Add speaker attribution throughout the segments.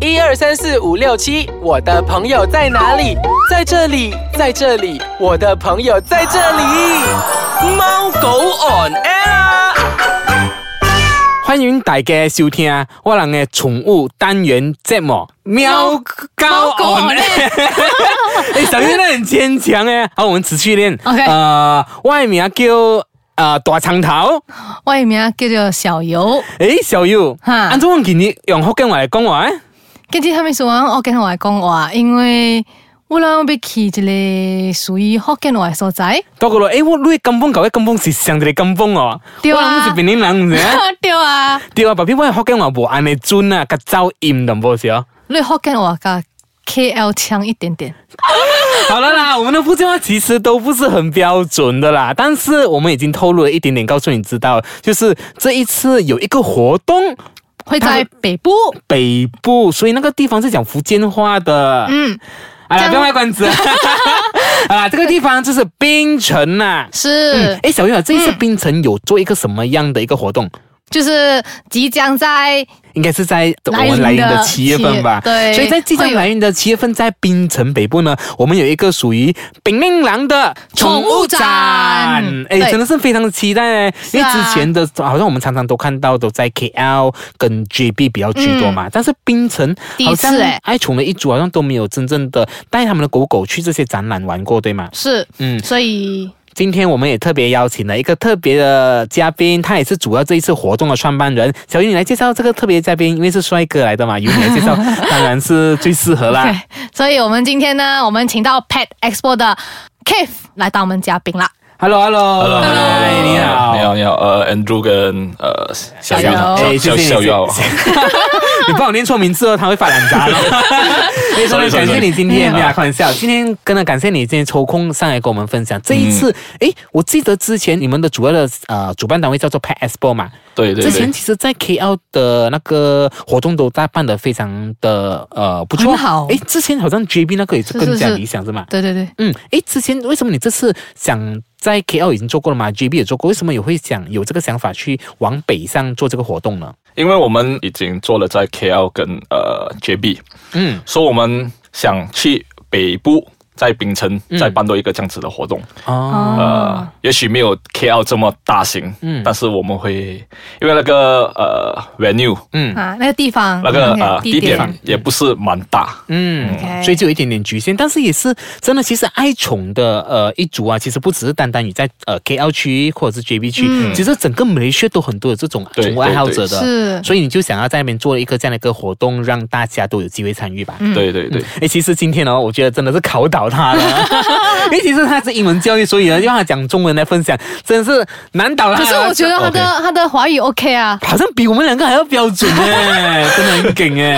Speaker 1: 一二三四五六七，我的朋友在哪里？在这里，在这里，我的朋友在这里。
Speaker 2: 猫狗 on air 啊！
Speaker 3: 欢迎大家收听我人的宠物单元节目《喵
Speaker 4: 猫
Speaker 3: 高
Speaker 4: 狗
Speaker 3: 昂》
Speaker 4: 好。 累，
Speaker 3: 哎，小月那很坚强哎。好，我们持续练。
Speaker 4: OK
Speaker 3: 呃，外名叫呃大长头。
Speaker 4: 我的名叫做小游。
Speaker 3: 诶，小友，
Speaker 4: 哈
Speaker 3: 安怎今日用福建话来讲话？
Speaker 4: 今日他们说我跟我讲话，因为我人要去一个属于福建话的 所在。
Speaker 3: 多过咯，诶，我你金峰搞嘅金峰是上一个金峰哦，
Speaker 4: 对啊
Speaker 3: 我人是闽南人唔是啊？
Speaker 4: 对啊，
Speaker 3: 对啊，爸比我的福建话无安尼准啊，甲走音都无哦少。
Speaker 4: 你福建话加 KL 强一点点。
Speaker 3: 好了啦，我们的福建话其实都不是很标准的啦，但是我们已经透露了一点点，告诉你知道，就是这一次有一个活动，
Speaker 4: 会在北部，
Speaker 3: 北部，所以那个地方是讲福建话的。
Speaker 4: 嗯，
Speaker 3: 好啦，
Speaker 4: 这样
Speaker 3: 不要卖关 子。好啦，这个地方就是槟城呐、
Speaker 4: 是，嗯
Speaker 3: 诶，小月啊，这一次槟城有做一个什么样的一个活动？
Speaker 4: 就是即将在
Speaker 3: 应该是在我
Speaker 4: 来临
Speaker 3: 们
Speaker 4: 的
Speaker 3: 来临的七月份吧。
Speaker 4: 七月对
Speaker 3: 所以在即将来临的七月份，在槟城北部呢，我们有一个属于槟榔郎的宠物展
Speaker 4: 宠物展，
Speaker 3: 哎，
Speaker 4: 对
Speaker 3: 真的是非常期待哎，因为
Speaker 4: 啊
Speaker 3: 之前的好像我们常常都看到都在 KL 跟 JB 比较居多嘛，但是槟城
Speaker 4: 嗯第一
Speaker 3: 好
Speaker 4: 次
Speaker 3: 像
Speaker 4: 哎
Speaker 3: 爱宠的一族好像都没有真正的带他们的狗狗去这些展览玩过，对吗？
Speaker 4: 是，
Speaker 3: 嗯
Speaker 4: 所以
Speaker 3: 今天我们也特别邀请了一个特别的嘉宾，他也是主要这一次活动的创办人。小云，你来介绍这个特别嘉宾，因为是帅哥来的嘛，由你来介绍，当然是最适合啦。
Speaker 4: 对， 所以我们今天呢，我们请到 Pet Expo 的 Kev 来当我们嘉宾啦。
Speaker 3: Hello，Hello，嗨，
Speaker 2: 嗨
Speaker 3: 你好，
Speaker 2: 你好，，你好，呃，Andrew 跟呃小鱼，
Speaker 4: Hello
Speaker 3: 哎谢谢
Speaker 2: 小小
Speaker 3: 你
Speaker 2: 小啊鱼好，
Speaker 3: 你帮我念错名字哦，他会发烂渣了。哎所以
Speaker 2: Sorry，sorry，
Speaker 3: 感谢
Speaker 2: sorry
Speaker 3: 你今天没有开玩笑，今天真的感谢你今天抽空上来跟我们分享。这一次，哎、我记得之前你们的主要的呃主办单位叫做 Pet Expo 嘛，
Speaker 2: 对对
Speaker 3: 之前
Speaker 2: 对，
Speaker 3: 其实，在 KL 的那个活动都在办的非常的呃不错，
Speaker 4: 很好
Speaker 3: 诶，之前好像 JB 那个也是
Speaker 4: 是
Speaker 3: 更加
Speaker 4: 是是
Speaker 3: 理想是吗？
Speaker 4: 对对对，
Speaker 3: 嗯，诶，之前为什么你这次想在 KL 已经做过了嘛？JB 也做过，为什么也会想有这个想法去往北上做这个活动呢？
Speaker 2: 因为我们已经做了在 KL 跟呃 JB，
Speaker 3: 嗯，
Speaker 2: 所以我们想去北部，在槟城再办多一个这样子的活动，
Speaker 3: 哦，
Speaker 4: 哦
Speaker 2: 呃，，也许没有 KL 这么大型，
Speaker 3: 嗯
Speaker 2: 但是我们会因为那个呃 venue
Speaker 3: 嗯
Speaker 4: 啊，那个地方，
Speaker 2: 那个呃
Speaker 4: 地
Speaker 2: 地
Speaker 4: 点
Speaker 2: 点也不是蛮大，
Speaker 3: 嗯
Speaker 4: OK
Speaker 3: 所以就有一点点局限，但是也是真的。其实爱宠的呃一族啊，其实不只是单单你在呃 KL 区或者是 JB 区，
Speaker 4: 嗯
Speaker 3: 其实整个马来西亚都很多有这种
Speaker 2: 对
Speaker 3: 宠物爱好者的，
Speaker 4: 是
Speaker 3: 所以你就想要在那边做一个这样的一个活动，让大家都有机会参与
Speaker 4: 嗯
Speaker 3: 吧。
Speaker 2: 对对对，
Speaker 3: 哎，其实今天呢，我觉得真的是考倒他了， 因为其实他是英文教育，所以呢，让他讲中文来分享，真的是难倒他
Speaker 4: 可
Speaker 3: 了。
Speaker 4: 是我觉得他的他的华语 OK 啊，
Speaker 3: 好像比我们两个还要标准哎、 真的很梗哎、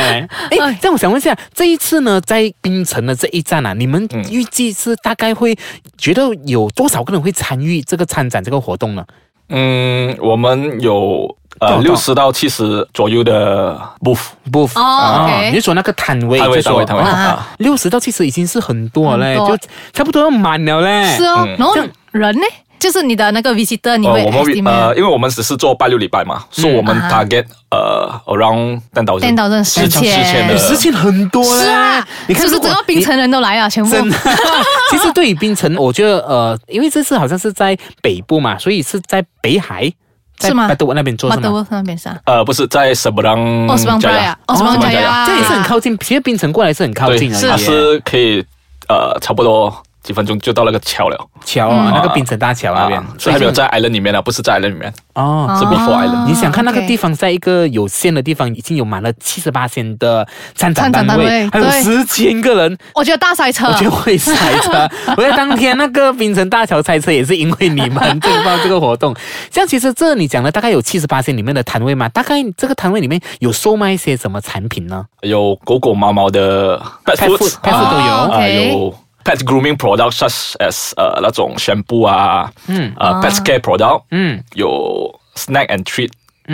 Speaker 3: 哎
Speaker 4: 哎，
Speaker 3: 这样我想问一下，这一次呢，在槟城的这一站啊，你们
Speaker 2: 嗯
Speaker 3: 预计是大概会觉得有多少个人会参与这个参展这个活动呢？
Speaker 2: 嗯，我们有呃
Speaker 3: 找到
Speaker 2: 六十到七十左右的 booth，
Speaker 3: 不。
Speaker 4: 哦
Speaker 3: 啊你就
Speaker 4: ，OK，
Speaker 3: 说那个摊位，
Speaker 2: 摊位
Speaker 3: 就说
Speaker 2: 摊位摊位啊
Speaker 3: 六十到七十已经是很多嘞，
Speaker 4: 很多
Speaker 3: 就差不多要满了嘞。
Speaker 4: 是哦
Speaker 2: 嗯，
Speaker 4: 然后
Speaker 3: 这样
Speaker 4: 人呢，就是你的那个 visitor，你
Speaker 2: 呃，
Speaker 4: 会
Speaker 2: 我们
Speaker 4: estimate
Speaker 2: 呃，因为我们只是做拜六礼拜嘛，所以我们
Speaker 4: 啊
Speaker 2: target 呃 around 10,000
Speaker 4: 10,000
Speaker 2: 十
Speaker 4: 10,000
Speaker 2: 千
Speaker 3: 有
Speaker 2: 的，
Speaker 3: 事情哎很多嘞。
Speaker 4: 哦是啊，
Speaker 3: 你看
Speaker 4: 是不是
Speaker 3: 如果
Speaker 4: 整个槟城人都来啊？ 全部
Speaker 3: 真的， 其实对于槟城，我觉得呃，因为这次好像是在北部嘛，所以是在北海，在
Speaker 4: 是吗
Speaker 3: 巴德那边做
Speaker 4: 马
Speaker 3: 是
Speaker 4: 德
Speaker 3: 吗？
Speaker 4: 沃那边是啊，
Speaker 2: 呃，不是在 s e b r a n
Speaker 4: 哦，斯邦加呀，哦，斯邦加呀，
Speaker 3: 这也是很靠近，其实槟城过来是很哦靠
Speaker 2: 对
Speaker 3: 近，
Speaker 2: 它
Speaker 3: 而已耶。
Speaker 2: 是可以呃差不多几分钟就到那个桥了
Speaker 3: 桥
Speaker 4: 嗯
Speaker 3: 啊，那个槟城大桥那边
Speaker 2: 啊，，所以还没有在 island 里面啊呢，不是在 island 里面，
Speaker 3: 哦。
Speaker 2: 是 before island
Speaker 3: 你想看那个地
Speaker 4: 方？
Speaker 3: 方，在一个有限的地方，已经有满了七十八线的参展单
Speaker 4: 参展单
Speaker 3: 位，
Speaker 4: 位
Speaker 3: 还有
Speaker 4: 对
Speaker 3: 十千个人，
Speaker 4: 我觉得大塞车
Speaker 3: 我，就会塞 车。我在当天那个槟城大桥塞车也是因为你们这个报这个 活动。像其实这你讲的大概有七十八里面的摊位嘛，大概这个摊位里面有售卖一些什么产品呢？
Speaker 2: 有狗狗猫猫的 pet
Speaker 3: Pet
Speaker 2: food
Speaker 3: food，pet food 都有
Speaker 2: 啊
Speaker 4: OK
Speaker 2: 有 pet grooming product such as 呃那种 shampoo 啊，
Speaker 3: 嗯
Speaker 2: 呃 pet care product，
Speaker 3: 嗯，
Speaker 2: 有 snack and treat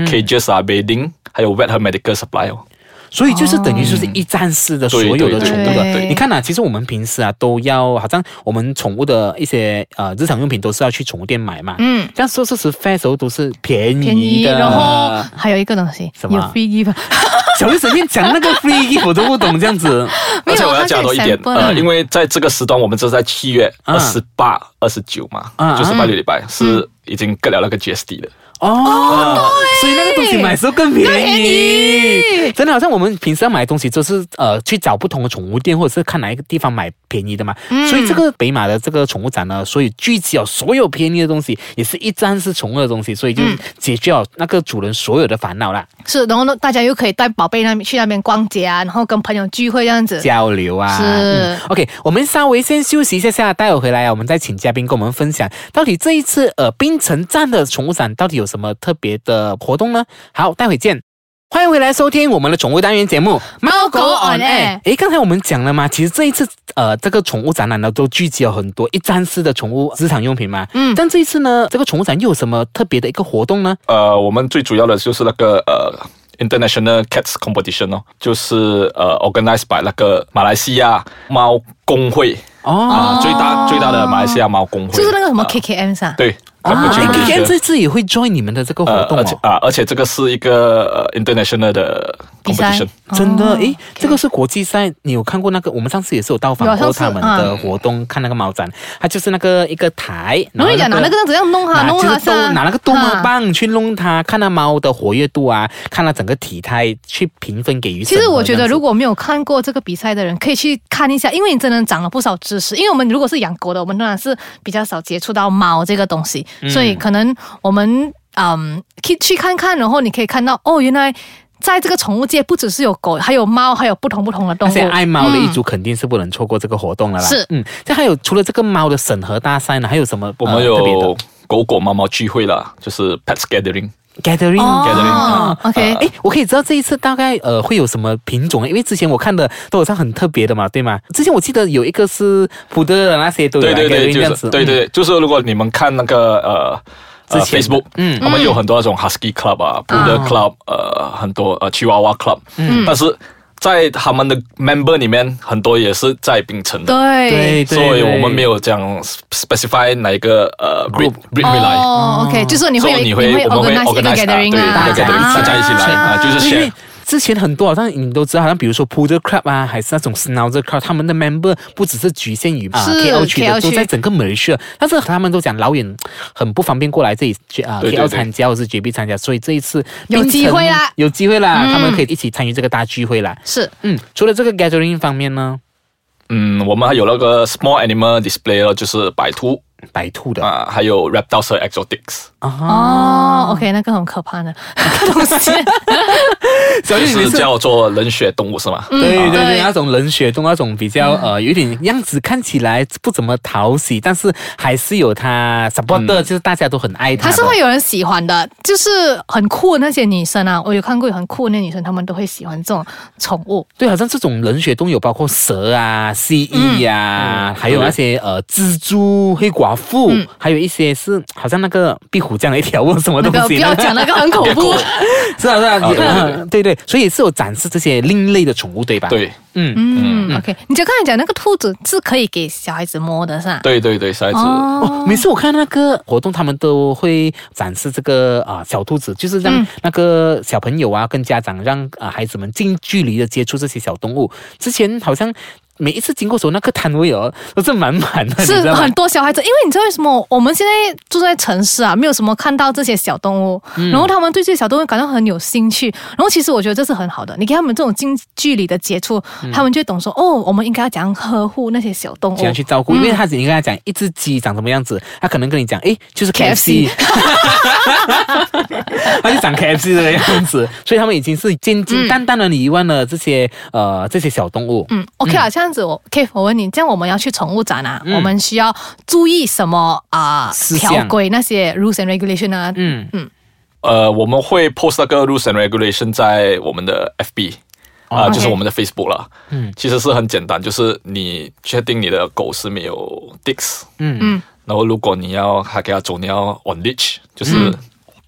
Speaker 2: cages 啊 bedding，还有 vet 和 medical supply 哦。
Speaker 3: 所以就是等于就是一站式的所有的宠物
Speaker 4: 哦对对对
Speaker 3: 的
Speaker 4: 对。
Speaker 3: 你看啊，其实我们平时啊都要，好像我们宠物的一些呃日常用品都是要去宠物店买嘛。
Speaker 4: 嗯，
Speaker 3: 这样说事实，飞手都是便
Speaker 4: 便宜。
Speaker 3: 宜的。
Speaker 4: 然后还有一个东西，
Speaker 3: 什么
Speaker 4: 有 free gift，
Speaker 3: 小鱼随便讲那个 free gift 我都不懂这样子。
Speaker 4: 没
Speaker 2: 而
Speaker 4: 有
Speaker 2: 且我要加多一点，
Speaker 4: 它是 sample 的
Speaker 2: 呃，因为在这个时段，我们这是在七月
Speaker 3: 嗯
Speaker 2: 二十八、二十九嘛，
Speaker 3: 嗯
Speaker 2: 就上半个礼拜是已经割了那个 GST 的。
Speaker 3: 哦，所以那个东西买的时候更便
Speaker 4: 更
Speaker 3: 宜，
Speaker 4: 便宜
Speaker 3: 真的好像我们平时要买东西，就是呃去找不同的宠物店，或者是看哪一个地方买便宜的嘛。
Speaker 4: 嗯
Speaker 3: 所以这个北马的这个宠物展呢，所以聚集了所有便宜的东西，也是一站式宠物的东西，所以就
Speaker 4: 嗯
Speaker 3: 解决了那个主人所有的烦恼啦，
Speaker 4: 是，然后呢，大家又可以带宝贝那边去那边逛街啊，然后跟朋友聚会这样子。
Speaker 3: 交流啊。
Speaker 4: 是
Speaker 3: 嗯 OK，我们稍微先休息一下下，待会回来啊，我们再请嘉宾跟我们分享，到底这一次呃槟城站的宠物展到底有什么特别的活动呢？好，待会见。欢迎回来收听我们的宠物单元节目《
Speaker 4: 猫狗 on air
Speaker 3: 诶，刚才我们讲了嘛，其实这一次呃，这个宠物展览呢，都聚集了很多一站式的宠物日常用品嘛。
Speaker 4: 嗯
Speaker 3: 但这一次呢，这个宠物展又有什么特别的一个活动呢？
Speaker 2: 呃，我们最主要的就是那个呃。International Cats Competition 哦，就是呃，organized by 那个马来西亚猫工会
Speaker 3: 哦，
Speaker 2: 啊、最大最大的马来西亚猫工会，
Speaker 4: 就是那个什么
Speaker 2: 啊
Speaker 4: KKM 上，
Speaker 2: 对，
Speaker 3: 啊
Speaker 2: Kapuchi
Speaker 3: 诶
Speaker 2: Malaysia
Speaker 3: ，KKN 这次也会 join 你们的这个活
Speaker 2: 呃，
Speaker 3: 动
Speaker 2: 而且
Speaker 3: 哦。
Speaker 2: 啊，而且这个是一个呃 international 的
Speaker 4: 比赛
Speaker 2: competition，
Speaker 3: 真的，诶，这个
Speaker 4: 是
Speaker 3: 是国际赛，你有看过那个？我们上次也是有到访
Speaker 4: 有上
Speaker 3: 过
Speaker 4: 次
Speaker 3: 他
Speaker 4: 嗯
Speaker 3: 们的活动，看那个猫展，它就是那个一个台，
Speaker 4: 然后你讲拿那个这样子这样弄它，
Speaker 3: 拿
Speaker 4: 弄
Speaker 3: 就
Speaker 4: 它
Speaker 3: 是逗
Speaker 4: 上，
Speaker 3: 拿那个逗猫
Speaker 4: 啊。
Speaker 3: 棒去弄它，看它猫的活跃度啊，看它整个体态去评分给予审
Speaker 4: 其
Speaker 3: 核这样子。
Speaker 4: 实我觉得，如果没有看过这个比赛的人，可以去看一下，因为你真的长了不少知识。因为我们如果是养狗的，我们当然是比较少接触到猫这个东西，所以可能我们嗯去去看看，然后你可以看到哦，原来在这个宠物界不只是有狗，还有猫，还有不同不同的动
Speaker 3: 那
Speaker 4: 物
Speaker 3: 些。爱猫的一族肯定是不能错过这个活动了啦。
Speaker 4: 是
Speaker 3: 嗯，这还有除了这个猫的审核大赛呢，还有什么？
Speaker 2: 我们
Speaker 3: 呃特别的
Speaker 2: 有狗狗猫猫聚会啦，就是 pets gathering。
Speaker 3: gathering
Speaker 4: 哦
Speaker 2: gathering，
Speaker 4: ，OK，
Speaker 3: 哎，我可以知道这一次大概呃会有什么品种？因为之前我看的都有像很特别的嘛，对吗？之前我记得有一个是普的那些都有
Speaker 2: 对对
Speaker 3: 来 gathering
Speaker 2: 对，
Speaker 3: 这样
Speaker 2: 就是
Speaker 3: 子，
Speaker 2: 对对，对就是如果你们看那个呃。呃
Speaker 3: 嗯之前的
Speaker 2: ，Facebook，嗯，我们有很多那种 Husky Club 啊，Poodle
Speaker 4: 哦
Speaker 2: Club，呃，很多呃吉娃娃 Club，嗯，但是在他们的 member 里面，很多也是在槟城的，
Speaker 4: 对
Speaker 3: 对，对，
Speaker 2: 所以我们没
Speaker 3: 有。
Speaker 2: 有讲 specify 哪一个呃 breed breed 会来，
Speaker 4: 哦，OK，就是你
Speaker 2: 嗯所
Speaker 4: 会有
Speaker 2: 以
Speaker 4: 一
Speaker 2: 你
Speaker 4: 你
Speaker 2: 会
Speaker 4: 会
Speaker 2: 我们会
Speaker 4: organize 一个
Speaker 2: organize 啊对
Speaker 4: gathering 啊，
Speaker 2: 一个 gathering，
Speaker 4: 啊
Speaker 2: 大家一起来啊，就是
Speaker 3: 因
Speaker 2: share
Speaker 3: 为。之前很多好像你都知道，好像比如说 Poodle Club 啊，还是那种 Schnauzer Club，他们的 member 不只是局限于啊
Speaker 4: 是
Speaker 3: KL 区
Speaker 4: KL
Speaker 3: 的，
Speaker 4: 区
Speaker 3: 都在整个 Malaysia。但是他们都讲老远很不方便过来这里去啊
Speaker 2: 对对
Speaker 3: KL
Speaker 2: 对
Speaker 3: 参加或是 JB 参加，所以这一次槟
Speaker 4: 有
Speaker 3: 城
Speaker 4: 机会啦
Speaker 3: 有机会啦，
Speaker 4: 嗯
Speaker 3: 他们可以一起参与这个大聚会啦。
Speaker 4: 是
Speaker 3: 嗯，除了这个 gathering 方面呢，
Speaker 2: 嗯，我们还有那个 small animal display 咯，就是白兔
Speaker 3: 白兔的
Speaker 2: 啊，还有 reptiles 和 exotics，
Speaker 3: 啊，
Speaker 4: 哦，OK，那个很可怕的 东西，
Speaker 3: 小
Speaker 2: 就
Speaker 3: 玉你
Speaker 2: 是
Speaker 3: 是
Speaker 2: 叫做冷血动物是吗？
Speaker 4: 嗯
Speaker 3: 对对对，
Speaker 4: 对嗯
Speaker 3: 那种冷血动，那种比较呃，有点样子看起来不怎么讨喜，但是还是有它 support 的，就是大家都很爱它
Speaker 4: 还
Speaker 3: 的。
Speaker 4: 是会有人喜欢的，就是很酷的那些女生啊，我有看过有很酷的那女生，她们都会喜欢这种宠物，
Speaker 3: 对，好像这种冷血动物有包括蛇啊、蜥蜴
Speaker 4: 嗯
Speaker 3: 呀，还有那些呃蜘蛛、黑寡妇，还有一些是好像那个壁虎这样的一条，问什么
Speaker 4: 那
Speaker 3: 哦东
Speaker 4: 个不
Speaker 3: 西
Speaker 4: 要
Speaker 3: 呢？
Speaker 4: 讲那个很恐怖，
Speaker 3: 是啊是啊，
Speaker 2: 对对
Speaker 3: 嗯对对，所以是有展示这些另类的宠物，对吧？，
Speaker 2: 对
Speaker 3: 嗯。
Speaker 4: 嗯，OK，你就刚才讲那个兔子是可以给小孩子摸的是吧？
Speaker 2: 对对对，小孩子。
Speaker 4: 哦，
Speaker 3: 每次我看那个活动，他们都会展示这个啊、小兔子，就是
Speaker 4: 嗯
Speaker 3: 让那个小朋友啊、跟家长让啊、孩子们近距离的接触这些小动物。之前好像每一次经过的时候，那个摊位哦都是满满的，你知
Speaker 4: 是
Speaker 3: 道吗
Speaker 4: 很？多小孩子，因为你知道为什么我们现在住在城市啊，没有什么看到这些小动物，
Speaker 3: 嗯
Speaker 4: 然后他们对这些小动物感到很有兴趣。然后其实我觉得这是很好的，你给他们这种近距离的接触，
Speaker 3: 嗯
Speaker 4: 他们就会懂说哦，我们应该要怎样呵护那些小动物
Speaker 3: 怎。样去照
Speaker 4: 嗯
Speaker 3: 顾？因为他只应该讲一只鸡长什么样子，他可能跟你讲，诶，就是
Speaker 4: KFC
Speaker 3: KFC，他 就长 KFC 的样子，所以他们已经是渐渐淡淡的遗忘了这些呃这些小动物。
Speaker 4: 嗯，OK 啦，这样子我 K，我问你，这样我们要去宠物展啊，
Speaker 3: 嗯
Speaker 4: 我们需要注意什么啊、
Speaker 3: 事项
Speaker 4: 条规那些 rules and regulation 啊？
Speaker 3: 嗯
Speaker 2: 呃，我们会 post 那个 rules and regulation 在我们的 FB。啊、就是
Speaker 4: 哦 OK
Speaker 2: 我们的 Facebook 了。嗯，其实是很简单，就是你确定你的狗是没有 dicks，
Speaker 3: 嗯
Speaker 4: 嗯，嗯
Speaker 2: 然后如果你要还给它走，你要 on leash，就是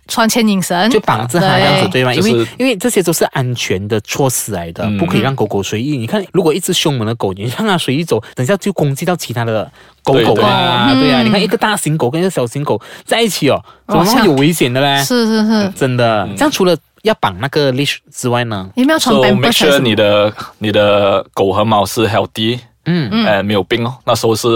Speaker 4: 穿牵引绳，
Speaker 3: 就绑着它
Speaker 4: 对
Speaker 3: 这样子，对吗？因
Speaker 2: 嗯就
Speaker 3: 为、
Speaker 2: 是
Speaker 3: 因为这些都是安全的措施来的，
Speaker 2: 嗯
Speaker 3: 不可以让狗狗随意。你看，如果一只凶猛的狗，你让它随意走，等一下就攻击到其他的狗狗
Speaker 2: 对对
Speaker 3: 啊，
Speaker 4: 嗯
Speaker 3: 对啊。你看一个大型狗跟一个小型狗在一起哦，怎么
Speaker 4: 哦像
Speaker 3: 会有危险的嘞？
Speaker 4: 是是是，
Speaker 3: 真的。
Speaker 2: 嗯
Speaker 3: 这样除了要绑那个 leash 之外呢，
Speaker 4: 你们要穿
Speaker 2: So
Speaker 4: bamboo
Speaker 2: make
Speaker 4: 才
Speaker 2: sure
Speaker 4: 是
Speaker 2: 你的你的狗和猫是 healthy，
Speaker 3: 嗯
Speaker 2: 嗯，呃，没有病哦。那时候是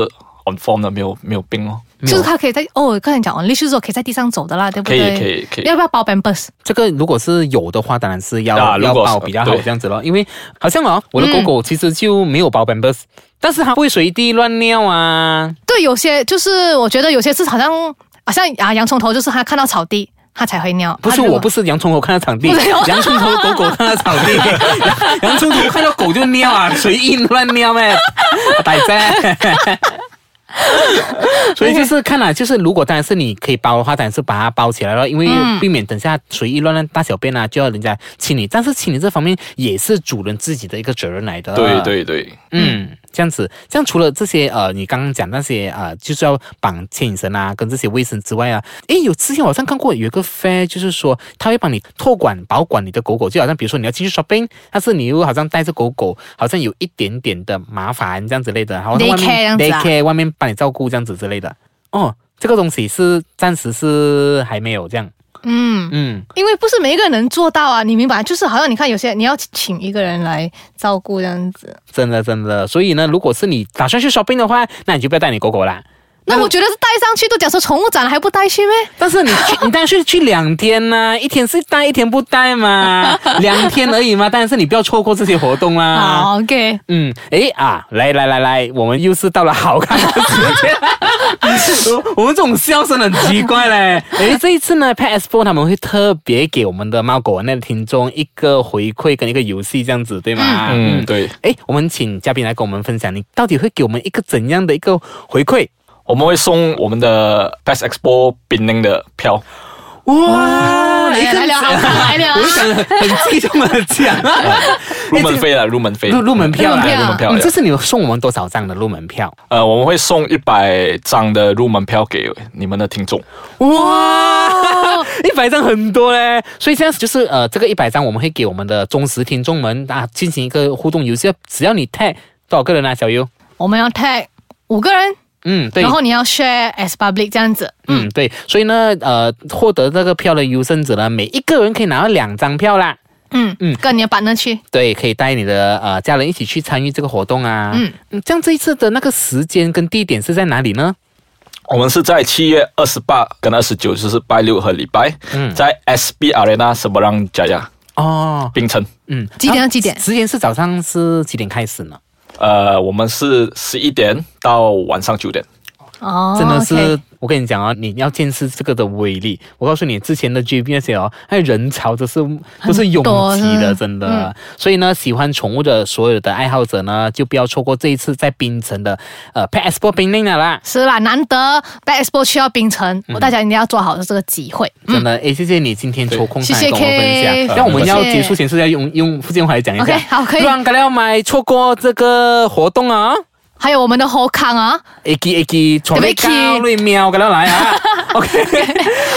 Speaker 2: on form 的，没有没有病哦。
Speaker 4: 就是它可以在哦，我刚才讲哦，你是说可以在地上走的啦，对不
Speaker 2: 可以
Speaker 4: 对？
Speaker 2: 可以可以
Speaker 4: 要不要包 bambus？
Speaker 3: 这个如果是有的话，当然是要、要
Speaker 2: 啊如果是
Speaker 3: 包比较好
Speaker 2: 对嗯
Speaker 3: 这样子咯。因为好像哦，我的狗狗其实就没有包 b a m b u s 但是它会随地乱尿啊。
Speaker 4: 对，有些就是我觉得有些是好像好像啊洋葱头，就是它看到草地它才会尿。
Speaker 3: 不是，
Speaker 4: 它如果
Speaker 3: 我不是洋葱头看到场地
Speaker 4: 不 是，
Speaker 3: 洋葱头狗 狗看到场地，洋洋葱头看到狗就尿啊，随意乱尿咩， 呆仔。 所以就是看啦，就是如果当然是你可以包的话，当然是把它包起来了，因为
Speaker 4: 嗯
Speaker 3: 避免等下随意乱乱大小便啊，就要人家清理。但是清理这方面也是主人自己的一个责任来的。啊
Speaker 2: 对，对对，
Speaker 3: 嗯，这样子，这样除了这些呃，你刚刚讲那些呃，就是要绑牵引绳啊，跟这些卫生之外啊，诶，有之前我好像看过有一个 fair，就是说他会帮你托管保管你的狗狗，就好像比如说你要进去 shopping，但是你又好像带着狗狗，好像有一点点的麻烦这样之类的，然后在外
Speaker 4: Daycare 这
Speaker 3: 面
Speaker 4: 样子啊
Speaker 3: daycare 外面帮你照顾这样子之类的。哦，这个东西是暂时是还没有这样，
Speaker 4: 嗯，
Speaker 3: 嗯，
Speaker 4: 因为不是每一个人能做到啊，你明白？就是好像你看有些你要请一个人来照顾这样子。
Speaker 3: 真的真的，所以呢，如果是你打算去 shopping 的话，那你就不要带你狗狗啦。
Speaker 4: 那我觉得是带上去都讲说宠物展了还不带去咩？
Speaker 3: 但是你去，你当然是去两天呐、一天是带，一天不带嘛，两天而已嘛。当然是你不要错过这些活动啦、
Speaker 4: 好，OK，啊
Speaker 3: 嗯，诶啊，来来来来，我们又是到了好看的时间。我我们这种笑声很奇怪嘞。诶，这一次呢，Pet Expo 他们会特别给我们的猫狗玩的听众一个回馈跟一个游戏，这样子对吗？
Speaker 2: 嗯，对。
Speaker 3: 诶，我们请嘉宾来跟我们分享，你到底会给我们一个怎样的一个回馈？
Speaker 2: 我们会送我们的 Best Expo 槟榔的票，
Speaker 3: 哇，
Speaker 4: 哎来来聊好看，来啊聊
Speaker 3: 我。就想很激动的讲，
Speaker 2: 入门费啦，入门费，
Speaker 3: 哎入入门票
Speaker 4: 入
Speaker 3: 啦，
Speaker 4: 门票
Speaker 2: 入门票
Speaker 3: 嗯
Speaker 2: 呀
Speaker 3: 这。是你们送我们多少张的入门票？
Speaker 2: 呃，我们会送一百张的入门票给你们的听众。
Speaker 4: 哦
Speaker 3: 哇，一百张很多嘞，所以现在就是呃，这个一百张我们会给我们的忠实听众们啊进行一个互动游戏，只要你 tag 多少个人啊，小优？
Speaker 4: 我们要 tag 五个人，
Speaker 3: 嗯，对
Speaker 4: 然。后你要 share as public 这样子。嗯，
Speaker 3: 嗯，对，所以呢，呃，获得这个票的优胜者呢，每一个人可以拿到两张票啦。
Speaker 4: 嗯
Speaker 3: 嗯
Speaker 4: 嗯，跟你的 partner 去。
Speaker 3: 对，可以带你的呃家人一起去参与这个活动啊。
Speaker 4: 嗯
Speaker 3: 嗯，这样这一次的那个时间跟地点是在哪里呢？
Speaker 2: 我们是在七月二十八跟二十九，就是拜六和礼拜，
Speaker 3: 嗯
Speaker 2: 在 SB Arena Seberang Jaya
Speaker 3: 哦，
Speaker 2: 槟城。
Speaker 3: 嗯，
Speaker 4: 几点到
Speaker 3: 啊
Speaker 4: 几点
Speaker 3: 时间是早上是几点开始呢？
Speaker 2: 呃，我们是十一点到晚上九点。
Speaker 4: 哦，
Speaker 3: 啊真的是
Speaker 4: OK
Speaker 3: 我跟你讲啊，你要见识这个的威力。我告诉你，之前的 GB 那些哦，那人潮都是都是拥挤的，
Speaker 4: 很多嗯
Speaker 3: 真的。所以呢，喜欢宠物的所有的爱好者呢，就不要错过这一次在槟城的呃 Pet Expo 槟城了啦。
Speaker 4: 是啦，难得 Back Expo 去到槟城，大家一定要做好这个机会。
Speaker 3: 真的，诶，谢谢你今天抽空上来
Speaker 4: 嗯谢谢
Speaker 3: 跟我们分
Speaker 4: K
Speaker 3: 享。那我们要
Speaker 4: 谢谢
Speaker 3: 结束前是要用用福建话来讲一下。
Speaker 4: OK，好可以
Speaker 3: 让大家买错过这个活动啊、
Speaker 4: 还有我们的侯康啊，
Speaker 3: A G A G，从你高瑞喵跟他来 啊，OK，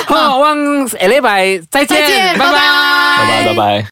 Speaker 3: 好，我们下礼拜再
Speaker 4: 再
Speaker 3: 见，
Speaker 4: 见，
Speaker 3: 拜
Speaker 4: 拜
Speaker 3: 拜。
Speaker 2: 拜拜拜拜。